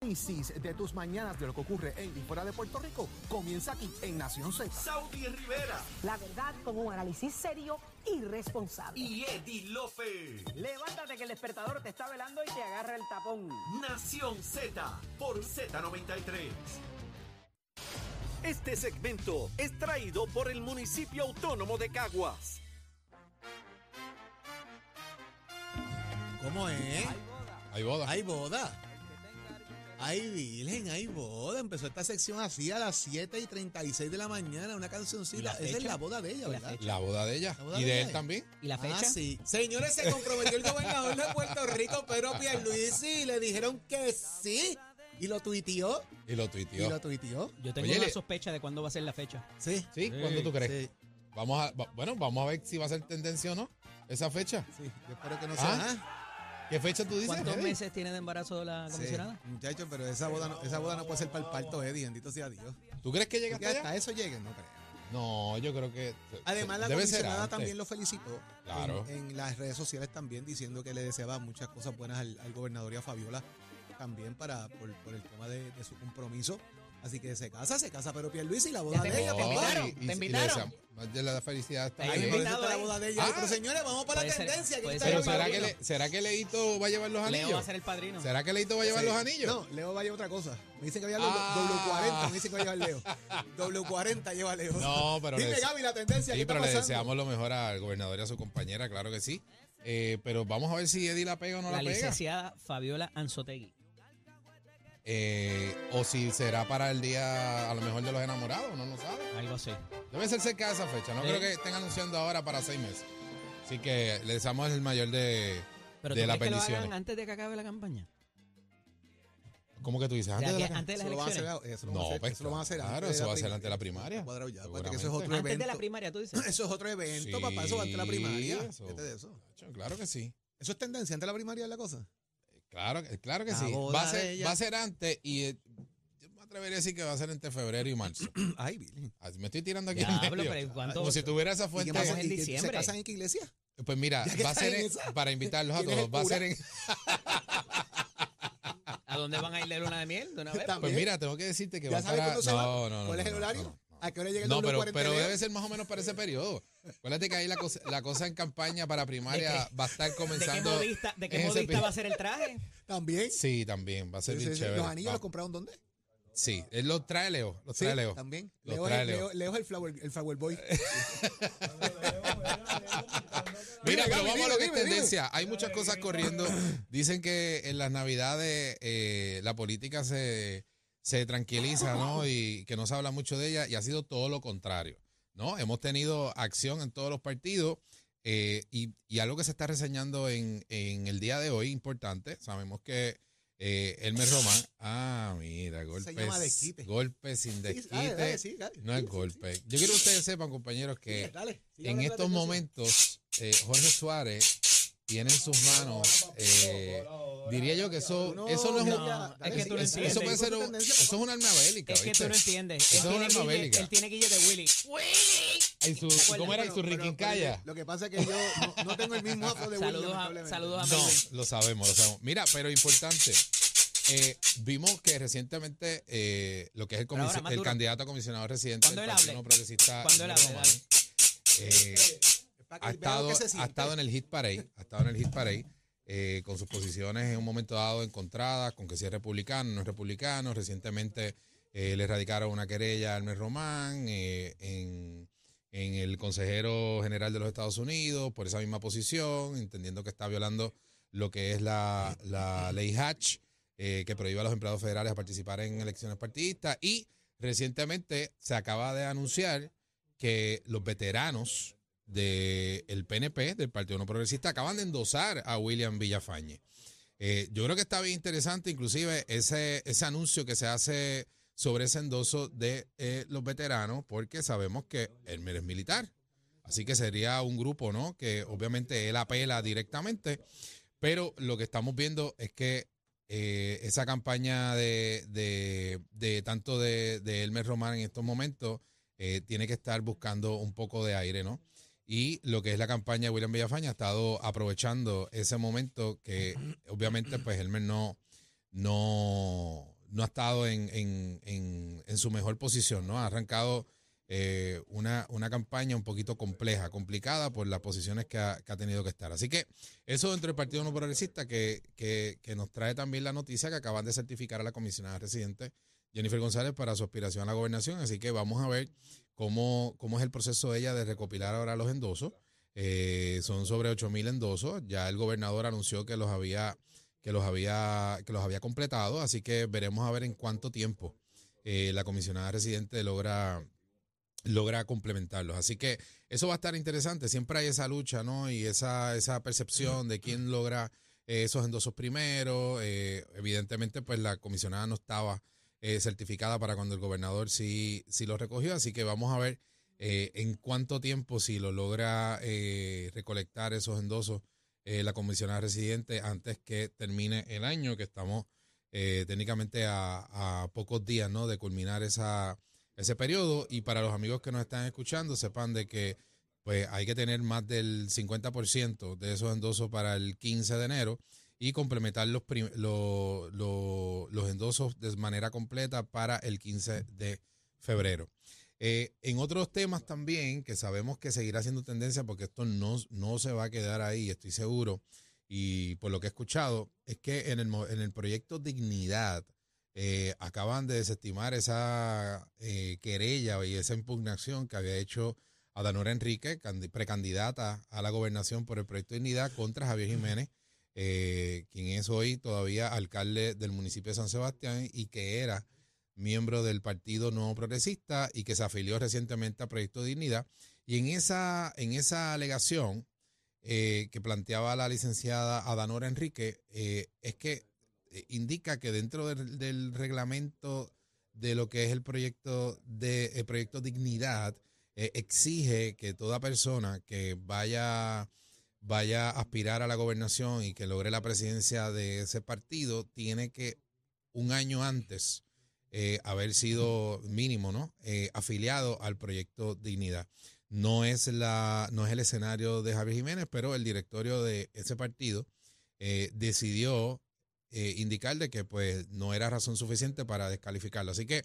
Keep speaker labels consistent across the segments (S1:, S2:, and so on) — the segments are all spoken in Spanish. S1: análisis de tus mañanas de lo que ocurre en y fuera de Puerto Rico comienza aquí en Nación Z.
S2: Saudi Rivera
S3: La verdad con un análisis serio y responsable.
S2: y Eddie Lofe.
S4: Levántate que el despertador te está velando y te agarra el tapón.
S2: Nación Z por Z93. Este segmento es traído por el municipio autónomo de Caguas.
S5: ¿Cómo es?
S6: Hay boda.
S5: Hay boda. Hay virgen, hay boda. Empezó esta sección así a las 7 y 36 de la mañana, una
S6: ¿Y la
S5: cancioncita. Esa
S6: fecha?
S5: es la boda de ella,
S7: ¿Y la
S5: ¿verdad?
S6: La boda de ella.
S5: La boda
S6: y de,
S5: de
S6: él
S5: ella.
S6: también.
S7: ¿Y la fecha?
S5: Ah, sí. Señores, se comprometió el gobernador de Puerto Rico, Pedro Pierluisi, y le dijeron que sí. Y lo tuiteó.
S6: Y lo
S5: Y lo
S6: tuiteó.
S5: tuiteó.
S7: Yo tengo
S6: Oye,
S7: una
S6: le-
S7: sospecha de cuándo va a ser la fecha.
S5: Sí.
S6: ¿Sí? ¿Cuándo tú crees? Vamos a, va- bueno, vamos a ver si va a ser tendencia o no. Esa fecha.
S5: Sí, yo espero que no sea
S6: Ah.
S5: nada.
S6: ¿Qué fecha tú dices?
S7: ¿Cuántos
S6: Eddie?
S7: meses tiene de embarazo la
S5: Sí,
S7: comisionada?
S5: muchachos, pero esa boda, no, esa boda no puede ser para el parto, Eddie, bendito sea Dios.
S6: ¿Tú crees que llega
S5: Que
S6: hasta allá?
S5: hasta eso lleguen, no creo.
S6: No, yo creo que.
S5: Además, la
S6: debe ser
S5: comisionada
S6: antes.
S5: también lo felicitó
S6: Claro.
S5: en, en las redes sociales también diciendo que le deseaba muchas cosas buenas al, al gobernador y a Fabiola también para por, por el tema de, de su compromiso. Así que se casa, se casa Pedro Pierluisi y la boda
S7: te
S5: de ella,
S7: te
S5: papá.
S7: invitaron,
S6: y- y-
S7: te
S6: y le
S7: invitaron.
S6: deseamos- más de la felicidad está
S7: Te
S5: Ahí
S7: Ahí.
S5: me
S6: bien.
S5: presentó la boda de ella.
S6: Ah.
S5: Pero señores, vamos para la
S7: Puede ser-
S5: tendencia. aquí
S7: puede
S5: está
S7: ser
S6: Pero
S5: el
S6: ¿será que,
S5: padrino.
S6: le- ¿será que Leito va a llevar los
S7: Leo va a
S6: anillos?
S7: ser el padrino.
S6: ¿Será que Leito va a llevar
S5: Sí.
S6: los anillos?
S5: No, Leo va a llevar otra cosa. Me dicen que había
S6: Ah.
S5: W40, me dicen que va a llevar Leo. W40 lleva Leo.
S6: No, pero le
S5: Dime,
S6: dese-
S5: Gaby, la tendencia.
S6: Sí,
S5: ¿qué
S6: pero
S5: está
S6: le
S5: pasando?
S6: deseamos lo mejor al gobernador y a su compañera, claro que sí. Eh, pero vamos a ver si Eddie la pega o no la,
S7: la
S6: pega.
S7: licenciada Fabiola Anzotegui.
S6: Eh, o si será para el día, a lo mejor, de los enamorados, no lo sabe.
S7: Algo así.
S6: Debe ser cerca de esa fecha. No
S7: Sí.
S6: creo que estén anunciando ahora para seis meses. Así que le deseamos el mayor de,
S7: Pero
S6: de
S7: ¿tú
S6: las
S7: crees que lo hagan
S6: bendiciones.
S7: antes de que acabe la campaña?
S6: ¿Cómo que tú dices?
S7: O sea,
S6: Antes de
S7: que
S6: la-
S7: antes de las
S5: Eso lo van a
S7: elecciones.
S5: hacer- eso lo van a
S6: No,
S5: hacer-
S6: pues,
S5: eso lo van a hacer
S6: claro,
S5: antes de
S6: eso
S5: la
S6: va a ser
S5: prim-
S6: antes de la primaria.
S5: Está cuadrado ya, acuérdate que eso es
S6: Seguramente.
S5: otro
S7: Antes de la
S5: evento.
S7: primaria, tú dices.
S5: Eso es otro evento,
S6: Sí,
S5: papá. Eso va ante la primaria.
S6: eso.
S5: Vete de eso.
S6: Chacho, Claro que sí.
S5: Eso es tendencia ante la primaria es la cosa.
S6: Claro, que- claro que
S5: La
S6: sí.
S5: boda
S6: Va a,
S5: de
S6: ser,
S5: ella.
S6: va a ser antes y eh, yo me atrevería a decir que va a ser entre febrero y marzo.
S5: Ay, Billy.
S6: Ah, Me estoy tirando aquí. en
S7: Diablo,
S6: medio.
S7: pero ¿y ¿cuánto?
S6: Como si tuviera esa
S5: ¿Y
S6: fuente.
S5: qué pasa
S7: en
S5: ¿Y- y-
S7: diciembre.
S5: ¿Se casan en qué iglesia?
S6: Pues mira,
S5: Ya que
S6: va a ser
S5: estás en
S6: en-
S5: esa.
S6: para invitarlos a
S5: ¿Quién es
S6: todos.
S5: el
S6: Va a
S5: cura?
S6: ser en.
S7: ¿A dónde van a ir de luna de miel? De una vez.
S5: También.
S6: Pues mira, tengo que decirte que
S5: ¿Ya
S6: va a
S5: sabes
S6: estar. a-
S5: cuándo se va?
S6: No, no, no.
S5: ¿Cuál es
S6: no,
S5: el
S6: no,
S5: horario?
S6: no.
S5: ¿A qué hora llega el
S6: No, pero,
S5: W40
S6: pero
S5: Leo?
S6: debe ser más o menos para ese periodo. Acuérdate que ahí la cosa, la cosa en campaña para primaria
S7: ¿De
S6: va a estar
S7: ¿De qué
S6: comenzando.
S7: modista, de qué
S6: en ese
S7: modista
S6: pi-
S7: va a ser el traje?
S5: También.
S6: Sí, también, va a ser
S5: Sí,
S6: bien
S5: sí, sí.
S6: chévere.
S5: ¿Los anillos
S6: Va-
S5: los compraron dónde?
S6: Sí, él los trae Leo, los
S5: Sí,
S6: trae Leo.
S5: también.
S6: Los
S5: Leo, es-
S6: trae
S5: Leo-
S6: Leo.
S5: Leo es el flower, el flower boy.
S6: Mira,
S5: Mira,
S6: pero
S5: Gaby,
S6: vamos a
S5: dime,
S6: lo que es
S5: dime, dime.
S6: tendencia. Hay muchas cosas corriendo. Dicen que en las navidades eh, la política se, se tranquiliza, ¿no? Y que no se habla mucho de ella. Y ha sido todo lo contrario, ¿no? Hemos tenido acción en todos los partidos. eh, y, y algo que se está reseñando en, en el día de hoy, importante. Sabemos que eh, Elmer Román. Ah, mira, golpes.
S5: llama desquite.
S6: Golpes sin
S5: Sí, dale,
S6: desquite.
S5: dale, sí, dale.
S6: No es
S5: Sí, sí,
S6: golpe. Yo quiero que ustedes sepan, compañeros, que
S5: sí, dale, sigue
S6: en
S5: hablando de
S6: estos
S5: tendencia.
S6: momentos, eh, Jorge Suárez tiene en sus manos, eh, diría yo que eso,
S5: No,
S6: eso no es un-
S5: mira,
S7: es
S5: dale,
S7: que
S5: sí,
S7: tú no
S5: eso-
S6: Eso puede
S7: entiendes.
S6: ser un,
S5: tendencia,
S6: eso es un arma bélica,
S7: Es que tú
S6: ¿viste?
S7: no entiendes.
S6: Eso es
S7: Él tiene,
S6: una
S7: guille,
S6: novelica.
S7: él tiene guille de Willy.
S6: Y su-
S7: ¿Te
S6: ¿Cómo era?
S7: acuerdas?
S6: ¿Y su
S5: Pero- pero,
S6: riquincaya?
S5: Lo que pasa es que yo no, no tengo el mismo afro de Willy,
S7: Saludos a,
S5: lamentablemente.
S7: saludos a
S6: No,
S7: Melvin.
S6: lo sabemos, lo sabemos. Mira, pero importante. eh, vimos que recientemente eh, lo que es el,
S7: Pero ahora
S6: comisi-
S7: más
S6: el
S7: duro.
S6: candidato a comisionado residente
S7: Cuando
S6: del
S7: él
S6: Partido
S7: hable.
S6: No Progresista,
S7: Cuando él
S6: Elmer
S7: hable,
S6: Román, eh,
S5: Es para que
S6: ha
S5: vean lo
S6: estado,
S5: que se
S6: ha
S5: siente.
S6: estado en el hit parade, ha estado en el hit parade, eh, con sus posiciones en un momento dado encontradas, con que si es republicano, no es republicano. Recientemente eh, le erradicaron una querella a Hermes Román eh, en, en el consejero general de los Estados Unidos por esa misma posición, entendiendo que está violando lo que es la, la ley Hatch, eh, que prohíbe a los empleados federales a participar en elecciones partidistas. Y recientemente se acaba de anunciar que los veteranos del PNP, del Partido No Progresista, acaban de endosar a William Villafañe. Eh, yo creo que está bien interesante, inclusive, ese, ese anuncio que se hace sobre ese endoso de eh, los veteranos, porque sabemos que Hermes es militar. Así que sería un grupo, ¿no? Que obviamente él apela directamente, pero lo que estamos viendo es que eh, esa campaña de, de- de tanto de, de Hermes Román en estos momentos eh, tiene que estar buscando un poco de aire, ¿no? Y lo que es la campaña de William Villafaña ha estado aprovechando ese momento que obviamente pues Hermes no, no, no ha estado en, en- en- en su mejor posición, ¿no? Ha arrancado eh, una, una campaña un poquito compleja, complicada por las posiciones que ha, que ha tenido que estar. Así que eso dentro del Partido No Progresista que, que- que nos trae también la noticia que acaban de certificar a la comisionada residente Jennifer González para su aspiración a la gobernación. Así que vamos a ver cómo, cómo es el proceso de ella de recopilar ahora los endosos. Eh, son sobre 8.000 endosos. Ya el gobernador anunció que los había que los había que los había completado, así que veremos a ver en cuánto tiempo eh, la comisionada residente logra logra complementarlos. Así que eso va a estar interesante. Siempre hay esa lucha, ¿no? Y esa esa percepción de quién logra eh, esos endosos primero. Eh, evidentemente, pues la comisionada no estaba eh, certificada para cuando el gobernador sí sí los recogió, así que vamos a ver eh, en cuánto tiempo si lo logra eh, recolectar esos endosos eh, la comisionada residente antes que termine el año, que estamos eh, técnicamente a, a pocos días ¿no? de culminar esa, ese periodo. Y para los amigos que nos están escuchando, sepan de que pues hay que tener más del 50% de esos endosos para el 15 de enero y complementar los, prim- lo- lo- los endosos de manera completa para el 15 de febrero. Eh, en otros temas también, que sabemos que seguirá siendo tendencia porque esto no, no se va a quedar ahí, estoy seguro, y por lo que he escuchado, es que en el, mo- en el proyecto Dignidad eh, acaban de desestimar esa eh, querella y esa impugnación que había hecho Adanora Enrique, candi- precandidata a la gobernación por el proyecto Dignidad contra Javier Jiménez, eh, quien es hoy todavía alcalde del municipio de San Sebastián y que era miembro del Partido Nuevo Progresista y que se afilió recientemente a Proyecto Dignidad. Y en esa, en esa alegación eh, que planteaba la licenciada Adanora Enrique, eh, es que eh, indica que dentro del, del reglamento de lo que es el proyecto de el proyecto Dignidad, eh, exige que toda persona que vaya vaya a aspirar a la gobernación y que logre la presidencia de ese partido, tiene que un año antes eh, haber sido mínimo, ¿no? Eh, afiliado al proyecto Dignidad. No es, la, no es el escenario de Javier Jiménez, pero el directorio de ese partido eh, decidió eh, indicar de que pues no era razón suficiente para descalificarlo. Así que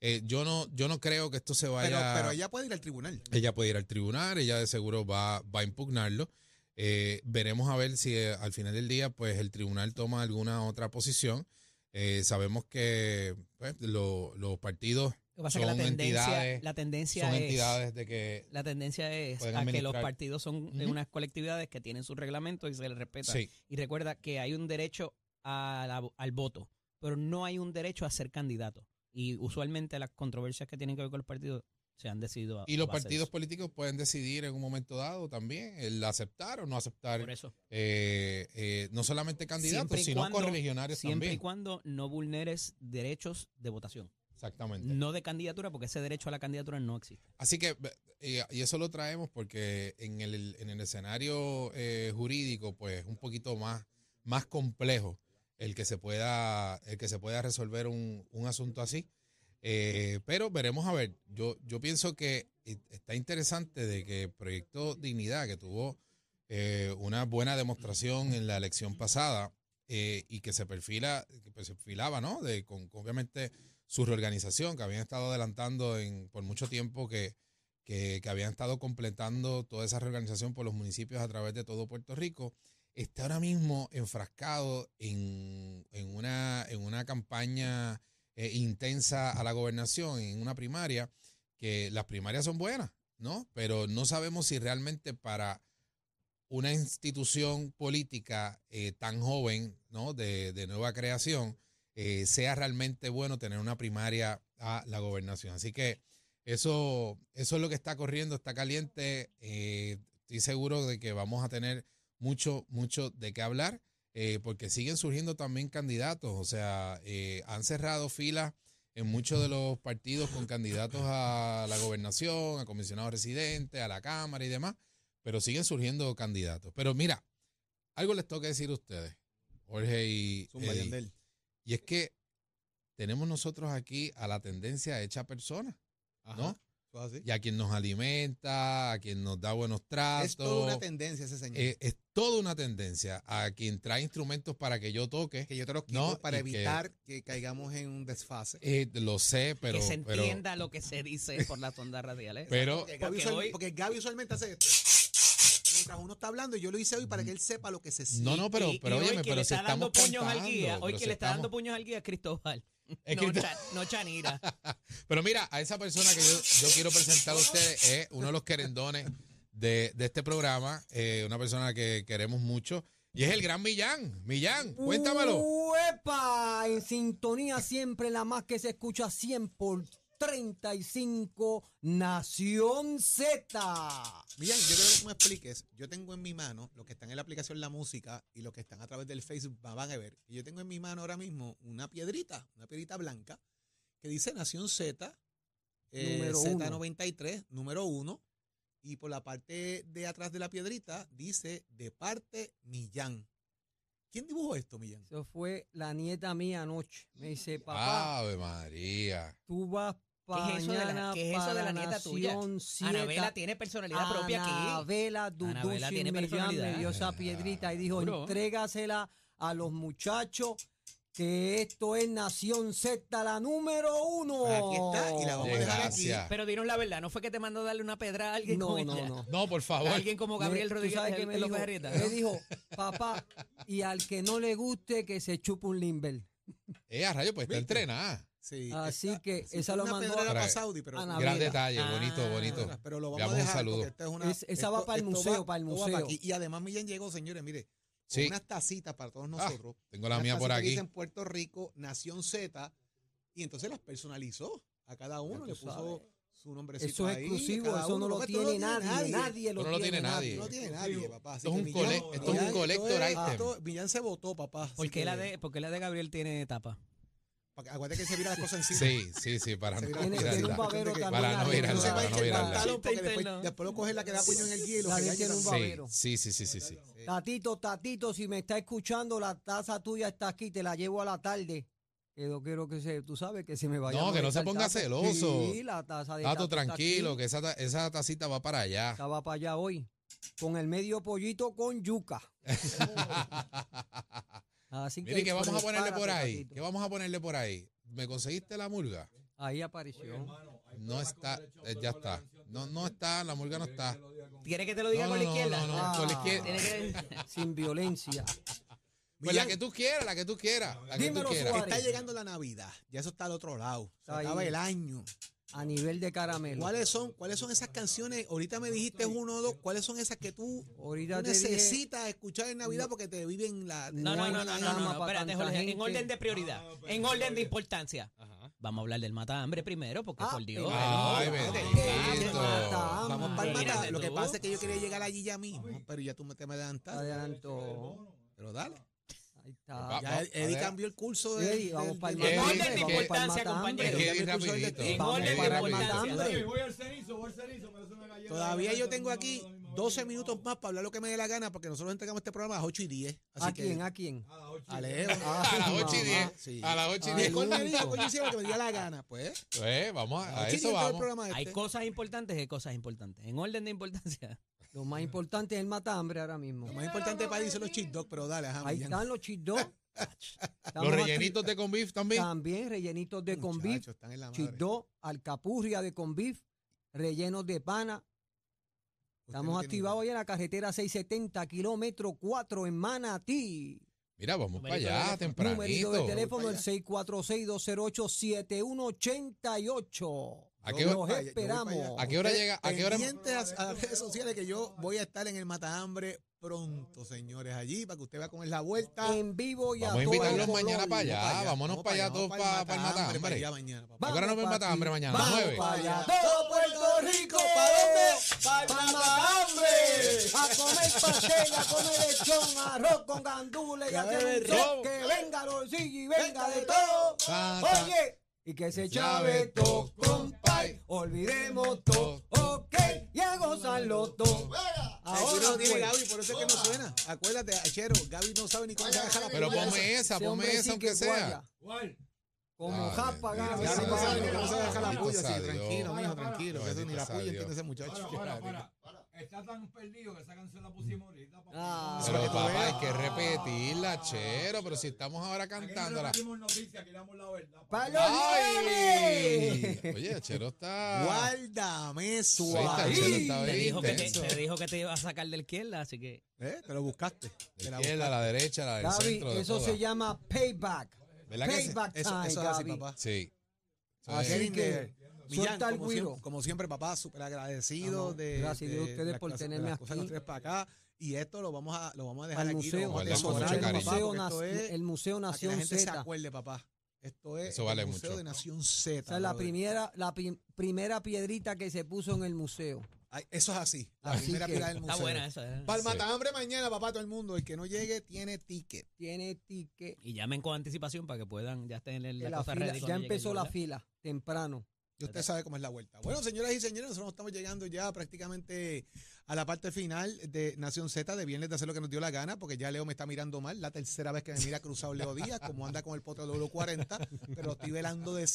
S6: eh, yo no yo no creo que esto se
S5: Pero,
S6: vaya.
S5: pero ella puede ir al tribunal.
S6: Ella puede ir al tribunal, ella de seguro va, va a impugnarlo. Eh, veremos a ver si eh, al final del día, pues el tribunal toma alguna otra posición. Eh, sabemos que pues, lo- los partidos
S7: Lo que pasa
S6: son
S7: es que la tendencia,
S6: entidades,
S7: la tendencia
S6: son
S7: es.
S6: entidades de que
S7: La tendencia es
S6: Pueden
S7: a que los
S6: administrar.
S7: partidos son eh,
S6: Ujú.
S7: unas colectividades que tienen sus reglamentos y se les respeta.
S6: sí,
S7: Y recuerda que hay un derecho a la- al voto, pero no hay un derecho a ser candidato. Y usualmente las controversias que tienen que ver con los partidos se han decidido. a-
S6: y los
S7: Ah, a base de
S6: partidos
S7: eso.
S6: políticos pueden decidir en un momento dado también el aceptar o no aceptar
S7: Por eso.
S6: eh, eh, no solamente candidatos,
S7: Siempre y
S6: sino
S7: cuando-
S6: correligionarios
S7: Siempre y
S6: también.
S7: cuando no vulneres derechos de votación,
S6: Exactamente.
S7: no de candidatura, porque ese derecho a la candidatura no existe.
S6: Así que, be- y y eso lo traemos porque en el, en el escenario eh, jurídico, pues es un poquito más, más complejo el que se pueda, el que se pueda resolver un, un asunto así. Eh, pero veremos a ver. Yo, yo pienso que eh, está interesante de que Proyecto Dignidad, que tuvo eh, una buena demostración en la elección pasada, eh, y que se perfila, que pues, se perfilaba, ¿no? De, con, con, obviamente su reorganización, que habían estado adelantando en, por mucho tiempo, que, que, que habían estado completando toda esa reorganización por los municipios a través de todo Puerto Rico, está ahora mismo enfrascado en, en una, en una campaña eh, intensa a la gobernación, en una primaria, que las primarias son buenas, ¿no? Pero no sabemos si realmente para una institución política eh, tan joven, ¿no? De, de nueva creación, eh, sea realmente bueno tener una primaria a la gobernación. Así que eso, eso es lo que está corriendo, está caliente. eh, estoy seguro de que vamos a tener mucho, mucho de qué hablar, eh, porque siguen surgiendo también candidatos. O sea, eh, han cerrado filas en muchos de los partidos con candidatos a la gobernación, a comisionados residentes, a la Cámara y demás pero siguen surgiendo candidatos. Pero mira, algo les tengo que decir a ustedes, Jorge y
S5: Zumba,
S6: Eddie,
S5: Yandel.
S6: y es que tenemos nosotros aquí a la tendencia hecha persona, ¿no?
S5: cosas así.
S6: y a quien nos alimenta, a quien nos da buenos tratos.
S5: es toda una tendencia ese señor.
S6: Eh, es toda una tendencia a quien trae instrumentos para que yo toque.
S5: que yo te los quito
S6: no,
S5: para
S6: y que-
S5: evitar que, caigamos en un desfase.
S6: Eh, lo sé, pero.
S7: que se
S6: pero-
S7: entienda lo que se dice por las ondas radiales.
S6: Pero,
S5: Porque Gaby,
S7: porque
S5: usual-
S7: hoy-
S5: porque Gaby usualmente hace esto. Mientras uno está hablando, y yo lo hice hoy para que él sepa lo que se siente.
S6: no, no, pero,
S7: Y- y
S6: pero
S7: hoy
S6: óyeme,
S7: quien
S6: pero
S7: le
S6: si
S7: está dando
S6: estamos
S7: puños al
S6: cantando,
S7: guía, hoy
S6: pero
S7: quien
S6: si
S7: le está dando
S6: estamos-
S7: puños al guía es Cristóbal.
S6: Es
S7: no,
S6: que-
S7: Cha- no Chanira.
S6: Pero mira, a esa persona que yo, yo quiero presentar a ustedes es uno de los querendones de, de este programa, eh, una persona que queremos mucho, y es el gran Millán. Millán, cuéntamelo.
S8: Uh, ¡Uepa! En sintonía siempre, la más que se escucha 100 por 35, Nación Z.
S5: Millán, yo creo que tú me expliques. Yo tengo en mi mano los que están en la aplicación La Música y los que están a través del Facebook va- van a ver. Y yo tengo en mi mano ahora mismo una piedrita, una piedrita blanca, que dice Nación Z, eh,
S8: Número uno.
S5: Z93, número uno. Y por la parte de atrás de la piedrita dice de parte Millán. ¿Quién dibujó esto, Millán?
S8: Eso fue la nieta mía anoche. Me dice,
S5: Ah.
S8: papá,
S6: Ave María.
S8: tú vas
S7: ¿Qué
S8: para
S7: es eso de la-
S8: mañana
S7: qué es eso de
S8: para
S7: la nieta tuya?
S8: Nación Z.
S7: Anabela tiene personalidad propia aquí.
S8: Anabela
S7: Anabela
S8: Duducci
S7: tiene
S8: Millán
S7: personalidad.
S8: me dio esa piedrita y dijo,
S7: Seguro.
S8: entrégasela a los muchachos que esto es Nación Z, la número uno.
S5: Pues Aquí está y la vamos a dejar aquí.
S6: Gracias.
S7: Pero dinos la verdad, ¿no fue que te mandó darle una pedra a alguien?
S8: No,
S7: con
S8: no,
S7: ella?
S8: no.
S6: No, por favor.
S7: Alguien como Gabriel
S8: Mira, tú
S7: Rodríguez
S8: sabes que me
S7: López
S8: dijo,
S7: Arrieta,
S8: me
S7: ¿no?
S8: dijo, papá, y al que no le guste que se chupe un limber.
S6: Eh, a rayo, pues
S5: ¿Viste?
S6: está entrenada.
S5: Sí,
S8: Así que
S5: sí,
S8: esa
S5: fue
S8: lo
S5: una
S8: mandó
S5: pedrera
S6: a-
S5: pa' Saudi, pero
S8: Ana-
S6: Gran
S8: Gabriela.
S6: detalle, bonito,
S7: Ah.
S6: bonito.
S5: Pero lo
S6: Le
S5: vamos a
S6: damos un
S5: dejar
S6: saludo.
S5: porque esta es una-
S8: Es- esa va pa'l
S5: esto
S8: museo, pa'l
S5: esto va pa'
S8: museo.
S5: aquí. Y además Millán llegó, señores, mire, con
S6: Sí.
S5: unas tacitas para todos
S6: Ah,
S5: nosotros.
S6: Tengo la
S5: Unas
S6: mía por
S5: tacitas que
S6: aquí.
S5: Dicen Puerto Rico, Nación Z, y entonces las personalizó. A cada uno
S8: tú
S5: le puso
S8: sabes.
S5: su nombrecito
S8: Eso es
S5: ahí,
S8: exclusivo,
S5: cada
S8: eso
S5: uno, pues,
S8: no lo
S5: porque esto
S8: tiene nadie, nadie lo
S6: Esto no lo tiene
S8: tiene
S6: nadie.
S5: Esto No lo
S8: nadie.
S5: tiene nadie, papá. Así
S6: Esto es
S5: que
S6: un
S5: Millán-
S6: cole- esto es un
S5: Millán,
S6: collector
S5: es-
S6: item.
S5: esto- Millán se votó, papá. así
S7: ¿Por qué,
S5: que-
S7: la de, por qué la de Gabriel tiene tapa?
S5: pa' que- Acuérdate que se vira las cosas encima.
S6: Sí, sí, sí, para
S5: Se
S6: no
S5: vira
S8: Tiene-
S5: las cosas encima.
S8: tiene un
S6: tirarla.
S8: papel babero
S5: Entonces,
S6: también.
S5: que-
S6: Para no
S5: que
S6: virarla,
S5: se
S6: para no
S5: vaya el
S6: virarla.
S5: pantalón, porque
S7: Chiste
S5: después,
S7: interno.
S5: después lo coge la que da puño en el hielo.
S8: La
S5: que
S8: de
S5: ya
S8: tiene
S5: llegan-
S8: un
S6: Sí,
S8: babero.
S6: sí, sí, sí, sí, sí.
S8: Tatito, Tatito, si me está escuchando, la taza tuya está aquí, te la llevo a la tarde. Que no quiero que se, tú sabes, que se me vaya
S6: No,
S8: a
S6: que no se
S8: molestar
S6: ponga
S8: Tato.
S6: celoso.
S8: Sí, la taza de
S6: Tato,
S8: Tato está
S6: tranquilo,
S8: aquí.
S6: que esa, ta- esa tacita va para allá.
S8: Estaba para allá hoy, con el medio pollito con yuca. Así que
S6: Mire, ¿qué vamos a ponerle por
S8: prepárate,
S6: ahí?
S8: Tatito.
S6: ¿Qué vamos a ponerle por ahí? ¿Me conseguiste la murga?
S8: Ahí apareció.
S6: No está, eh, ya está. No, no está, la murga no está.
S7: ¿Quiere que te lo diga
S6: No,
S7: con
S6: no,
S7: la
S6: no,
S7: izquierda?
S6: no, no,
S8: con la
S7: Tiene
S8: izquierda.
S7: que-
S8: Sin violencia.
S6: Pues la que tú quieras, la que tú quieras. La que tú
S8: Dímelo,
S6: quieras.
S8: Suárez.
S5: Está llegando la Navidad, ya eso está al otro lado. Se
S8: Está ahí.
S5: acaba el año.
S8: A nivel de caramelo.
S5: ¿Cuáles son, ¿Cuáles son esas canciones? Ahorita me dijiste uno o dos. ¿Cuáles son esas que tú
S8: Ahorita te dije-
S5: necesitas escuchar en Navidad porque te viven la.
S7: No, no,
S8: hay
S7: no, no, no, no,
S8: cama pa'
S7: espérate,
S8: tanta
S7: Jorge, en
S8: gente.
S7: orden de prioridad,
S6: Ah,
S7: en orden de importancia. Vamos a hablar del mata hambre primero, porque
S8: Ah,
S7: por Dios.
S8: primero.
S6: Ay,
S7: no,
S6: bendito.
S8: Ah,
S5: Vamos para el
S7: Mírate
S5: mata. Lo
S7: tú.
S5: que pasa es que yo quería llegar allí ya mismo, pero ya tú me- te me adelantaste.
S8: Adelanto.
S5: Pero dale.
S6: Ah,
S8: Ahí
S6: Va-
S8: está.
S5: Ya
S6: va-
S5: Eddie
S6: adela-
S5: cambió el curso de.
S8: Eddie, vamos para el
S7: En
S6: Eh,
S8: mata-
S7: orden de
S6: que-
S7: importancia,
S8: vamos pa'l
S7: compañero.
S6: Es que
S5: Ya
S6: ir
S5: me escuchó el
S6: rapidito.
S5: destino.
S7: En
S6: Vamos
S7: orden
S6: a ir
S7: de
S6: rapidito.
S7: importancia.
S8: Hombre.
S9: voy al cenizo, voy al cenizo, parece una galleta.
S5: Todavía yo tengo aquí 12 minutos más para hablar lo que me dé la gana, porque nosotros entregamos este programa a las 8 y 10. Así
S8: ¿A
S5: que,
S8: quién? ¿A quién?
S5: A Leo.
S6: Ah, A las 8 y
S8: Mamá.
S6: 10.
S5: Sí.
S6: A las 8 y
S8: Ay,
S6: 10.
S5: Nicole me
S8: Lucho.
S5: dijo, coño, hicieron lo que me dio la gana, pues.
S6: Eh, vamos,
S5: A
S6: a
S5: las 8 y
S6: eso
S5: 10 todo el
S6: vamos.
S5: programa
S7: Hay
S5: este.
S7: cosas importantes y cosas importantes. En orden de importancia.
S8: Lo más importante es el matambre ahora mismo.
S5: Lo más importante para Eddie son los cheat dogs, pero dale, ajá,
S8: Ahí
S5: Millán.
S8: están los chidó.
S6: Los rellenitos de con beef también.
S8: También rellenitos de
S5: Muchachos,
S8: conviv.
S5: están en la madre.
S8: Chidó, alcapurria de conviv. Rellenos de pana.
S5: Usted no
S8: Estamos
S5: tiene
S8: activados
S5: idea.
S8: hoy en la carretera 670, kilómetro 4 en Manatí.
S6: Mira, vamos para
S7: Numerito
S6: allá,
S7: de-
S8: Numerito de
S6: tempranito.
S8: teléfono el
S5: Voy
S8: 646-208-7188.
S6: ¿A qué
S8: Los
S5: Vaya,
S6: hora-
S5: yo voy
S8: esperamos.
S5: para allá.
S6: ¿A qué hora
S5: Usted
S6: llega- a qué hora-
S5: Pendientes a, a las redes sociales que yo voy a estar en el Matahambre pronto, señores, allí, para que usted vea cómo es la vuelta.
S8: En vivo y
S6: Vamos a
S8: todo
S6: invitarlos
S8: color.
S6: mañana para allá.
S5: Vamos
S6: Vámonos para allá todos
S5: vamos
S6: para para el
S5: Matahambre, para
S6: Matahambre.
S5: allá mañana, papá.
S6: ¿A qué hora nos ven
S8: Vamos,
S6: para hambre
S8: papi.
S6: mañana?
S8: Vamos,
S6: ¿Nueve?
S8: pa' allá.
S5: Todo Puerto Rico, ¿para dónde? Para Matahambre.
S8: A comer pastel, a comer lechón, arroz con gandules y
S5: Que
S8: hacer un
S5: venga
S8: show. Que venga Lorcillo y venga de todo.
S6: Ta, ta.
S8: Oye, y que se chave todo, compay. Olvidemos todo, ok. Y a gozarlo todo.
S5: Seguro no tiene
S8: pues,
S5: Gaby, por eso es que no suena. Acuérdate, Chero, Gaby no sabe ni cómo se baja la
S6: Pero
S5: puerta.
S6: ponme esa,
S8: ese
S6: ponme
S8: hombre sí
S6: esa
S8: que
S6: aunque
S8: es
S6: sea.
S8: guaya. Como
S6: Dale,
S8: Jápaga.
S6: mira,
S5: Ya
S6: sí,
S5: no
S6: sí,
S5: sabe
S6: sí,
S5: que no se deja la
S6: Bendito
S5: puya,
S6: sea
S5: así,
S6: Dios.
S5: tranquilo, mijo,
S9: Para,
S5: tranquilo. que Eso ni
S6: Bendito
S5: la
S6: sea
S5: puya
S6: Dios.
S5: entiende ese muchacho.
S9: Para, para, para. Está tan perdido que esa canción la pusimos ahorita. papá.
S8: Ah.
S5: Eso es lo
S6: Pero
S5: que tú
S6: papá,
S5: veas.
S6: hay que repetirla, chero. Pero si estamos ahora
S9: Aquí no
S6: cantándola.
S9: repetimos noticias, aquí damos la verdad. papá.
S8: ¡Palo
S6: ¡Ay! Oye, chero está.
S5: Guárdame
S6: Sí, está,
S5: suave.
S6: chero está
S7: Te
S6: bien
S7: dijo, que te,
S6: intenso.
S7: te dijo que te iba a sacar del izquierda, así que
S5: ¿Eh? Te lo buscaste.
S6: De
S5: Te la
S6: izquierda, a la derecha, la del
S8: Gaby,
S6: centro. de
S8: eso
S6: todas.
S8: se llama payback.
S6: ¿Verdad que sí?
S8: Payback
S5: Eso,
S8: time,
S5: eso es así,
S8: Gaby.
S5: papá.
S6: Sí. Eso es-
S5: Así
S8: Así
S5: que,
S8: que,
S5: Millán,
S8: suelta el
S5: como, siempre,
S8: guiro.
S5: como siempre, papá, súper agradecido
S8: Vamos,
S5: de,
S8: gracias a Dios ustedes
S5: las
S8: por
S5: clases- de
S8: tenerme
S5: las cosas que
S8: aquí.
S5: nos traes para acá. Y esto lo vamos a, lo vamos a dejar
S8: Al
S5: aquí. lo
S8: museo,
S5: vamos a
S6: Guardamos
S8: eso,
S6: mucho
S5: decorar,
S8: el,
S6: cariño.
S5: papá,
S8: museo
S5: porque esto
S8: Nac-
S5: es
S8: el
S5: para
S8: Museo
S5: que la
S8: Nación
S5: gente se
S8: Z.
S5: acuerde, papá. Esto es
S6: Eso vale
S5: el Museo
S6: mucho.
S5: de Nación Z.
S8: Esa es la
S5: brother.
S8: primera, la pi- primera piedrita que se puso en el museo.
S5: Ay, eso es así. La
S8: Así
S5: primera
S8: que
S5: pila del
S7: está
S5: museo.
S7: buena esa. ¿eh?
S5: Para el
S6: Sí.
S5: matambre mañana, papá, todo el mundo. El que no llegue tiene ticket.
S8: Tiene ticket.
S7: Y llamen con anticipación para que puedan ya estén en la,
S8: La
S7: cosa
S8: fila-
S7: ready
S8: ya
S7: cuando llegue
S8: empezó
S7: el
S8: la
S7: lugar.
S8: fila, temprano.
S5: Y usted sabe cómo es la vuelta. Bueno, señoras y señores, nosotros estamos llegando ya prácticamente a la parte final de Nación Z de Viernes de hacer lo que nos dio la gana, porque ya Leo me está mirando mal. La tercera vez que me mira cruzado Leo Díaz, como anda con el potro w 40, pero lo estoy velando de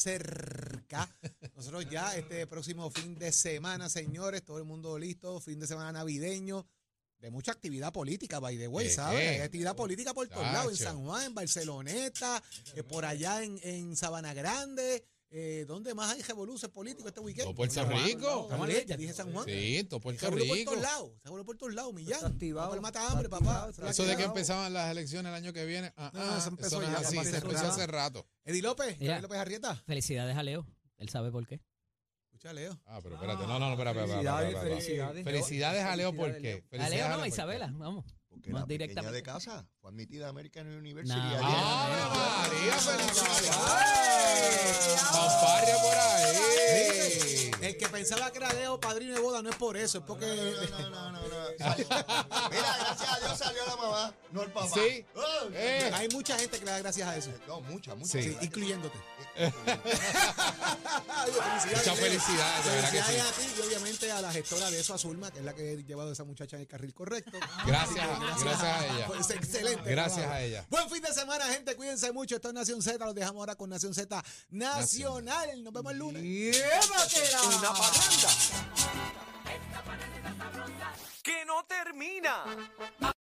S5: cerca. Nosotros ya este próximo fin de semana, señores, todo el mundo listo, fin de semana navideño. De mucha actividad política, by the way,
S6: ¿Qué,
S5: ¿sabes? Hay
S6: qué?
S5: actividad política por todos lados, en
S6: Chacho.
S5: San Juan, en Barceloneta, eh, por allá en, en Sabana Grande. Eh, ¿Dónde más hay revoluciones políticos este weekend?
S6: Todo Puerto
S5: San Juan.
S6: Rico.
S5: San Juan, ya dije San Juan.
S6: Sí, todo Puerto
S5: Revolú por
S6: Rico.
S5: todos lados. Revolú por todos lados, Millán.
S8: Está activado,
S5: Vamos al mata
S8: está
S5: hambre, papá.
S8: activado, está
S6: Eso de que
S8: Claro.
S6: empezaban las elecciones el año que viene. Ah,
S5: No,
S6: ah,
S5: eso empezó
S6: eso no es
S5: ya,
S6: así,
S5: papá,
S6: se
S5: empezó
S6: empezó
S5: ya.
S6: hace rato.
S5: Eddie López,
S7: Mira.
S5: Javier López Arrieta.
S7: Felicidades a Leo. Él sabe por qué.
S5: Escucha, Leo.
S6: Ah, pero espérate, no, no, no, espérate, espérate, espérate,
S8: Felicidades,
S6: espérate, espérate.
S8: felicidades.
S6: Felicidades a Leo
S8: Felicidades,
S6: porque.
S7: A
S6: felicidades
S7: Leo
S6: a
S7: no, a
S6: Leo porque-
S7: Isabela, vamos.
S10: Porque
S7: Más
S10: la pequeña
S7: directamente.
S10: de casa fue admitida a American University.
S7: Nah.
S10: ayer.
S6: ¡Ah, María,
S5: ¡Ay!
S6: felicidades! ¡Fanfarria por ahí!
S5: El que pensaba que era Leo padrino de boda no es por eso, es porque.
S10: No, no, no, no, no. Salió. Mira, gracias a Dios salió la mamá, no el papá.
S6: Sí.
S10: Oh,
S6: Eh,
S5: Hay mucha gente que le da gracias a eso.
S10: No, mucha, mucha.
S5: Sí,
S10: gracias.
S5: incluyéndote.
S6: Muchas felicidades, de verdad que sí.
S5: Felicidades a ti y obviamente a la gestora de eso, a Zulma, que es la que ha llevado a esa muchacha en el carril correcto.
S6: Gracias,
S5: Así que
S6: gracias a ella.
S5: Pues excelente.
S6: Gracias
S5: trabajo.
S6: a ella.
S5: Buen fin de semana, gente. Cuídense mucho. Esto es Nación Z. Los dejamos ahora con Nación Z Nacional. Nos vemos el lunes.
S8: ¡Llévatela!
S2: Una parranda. Que no termina.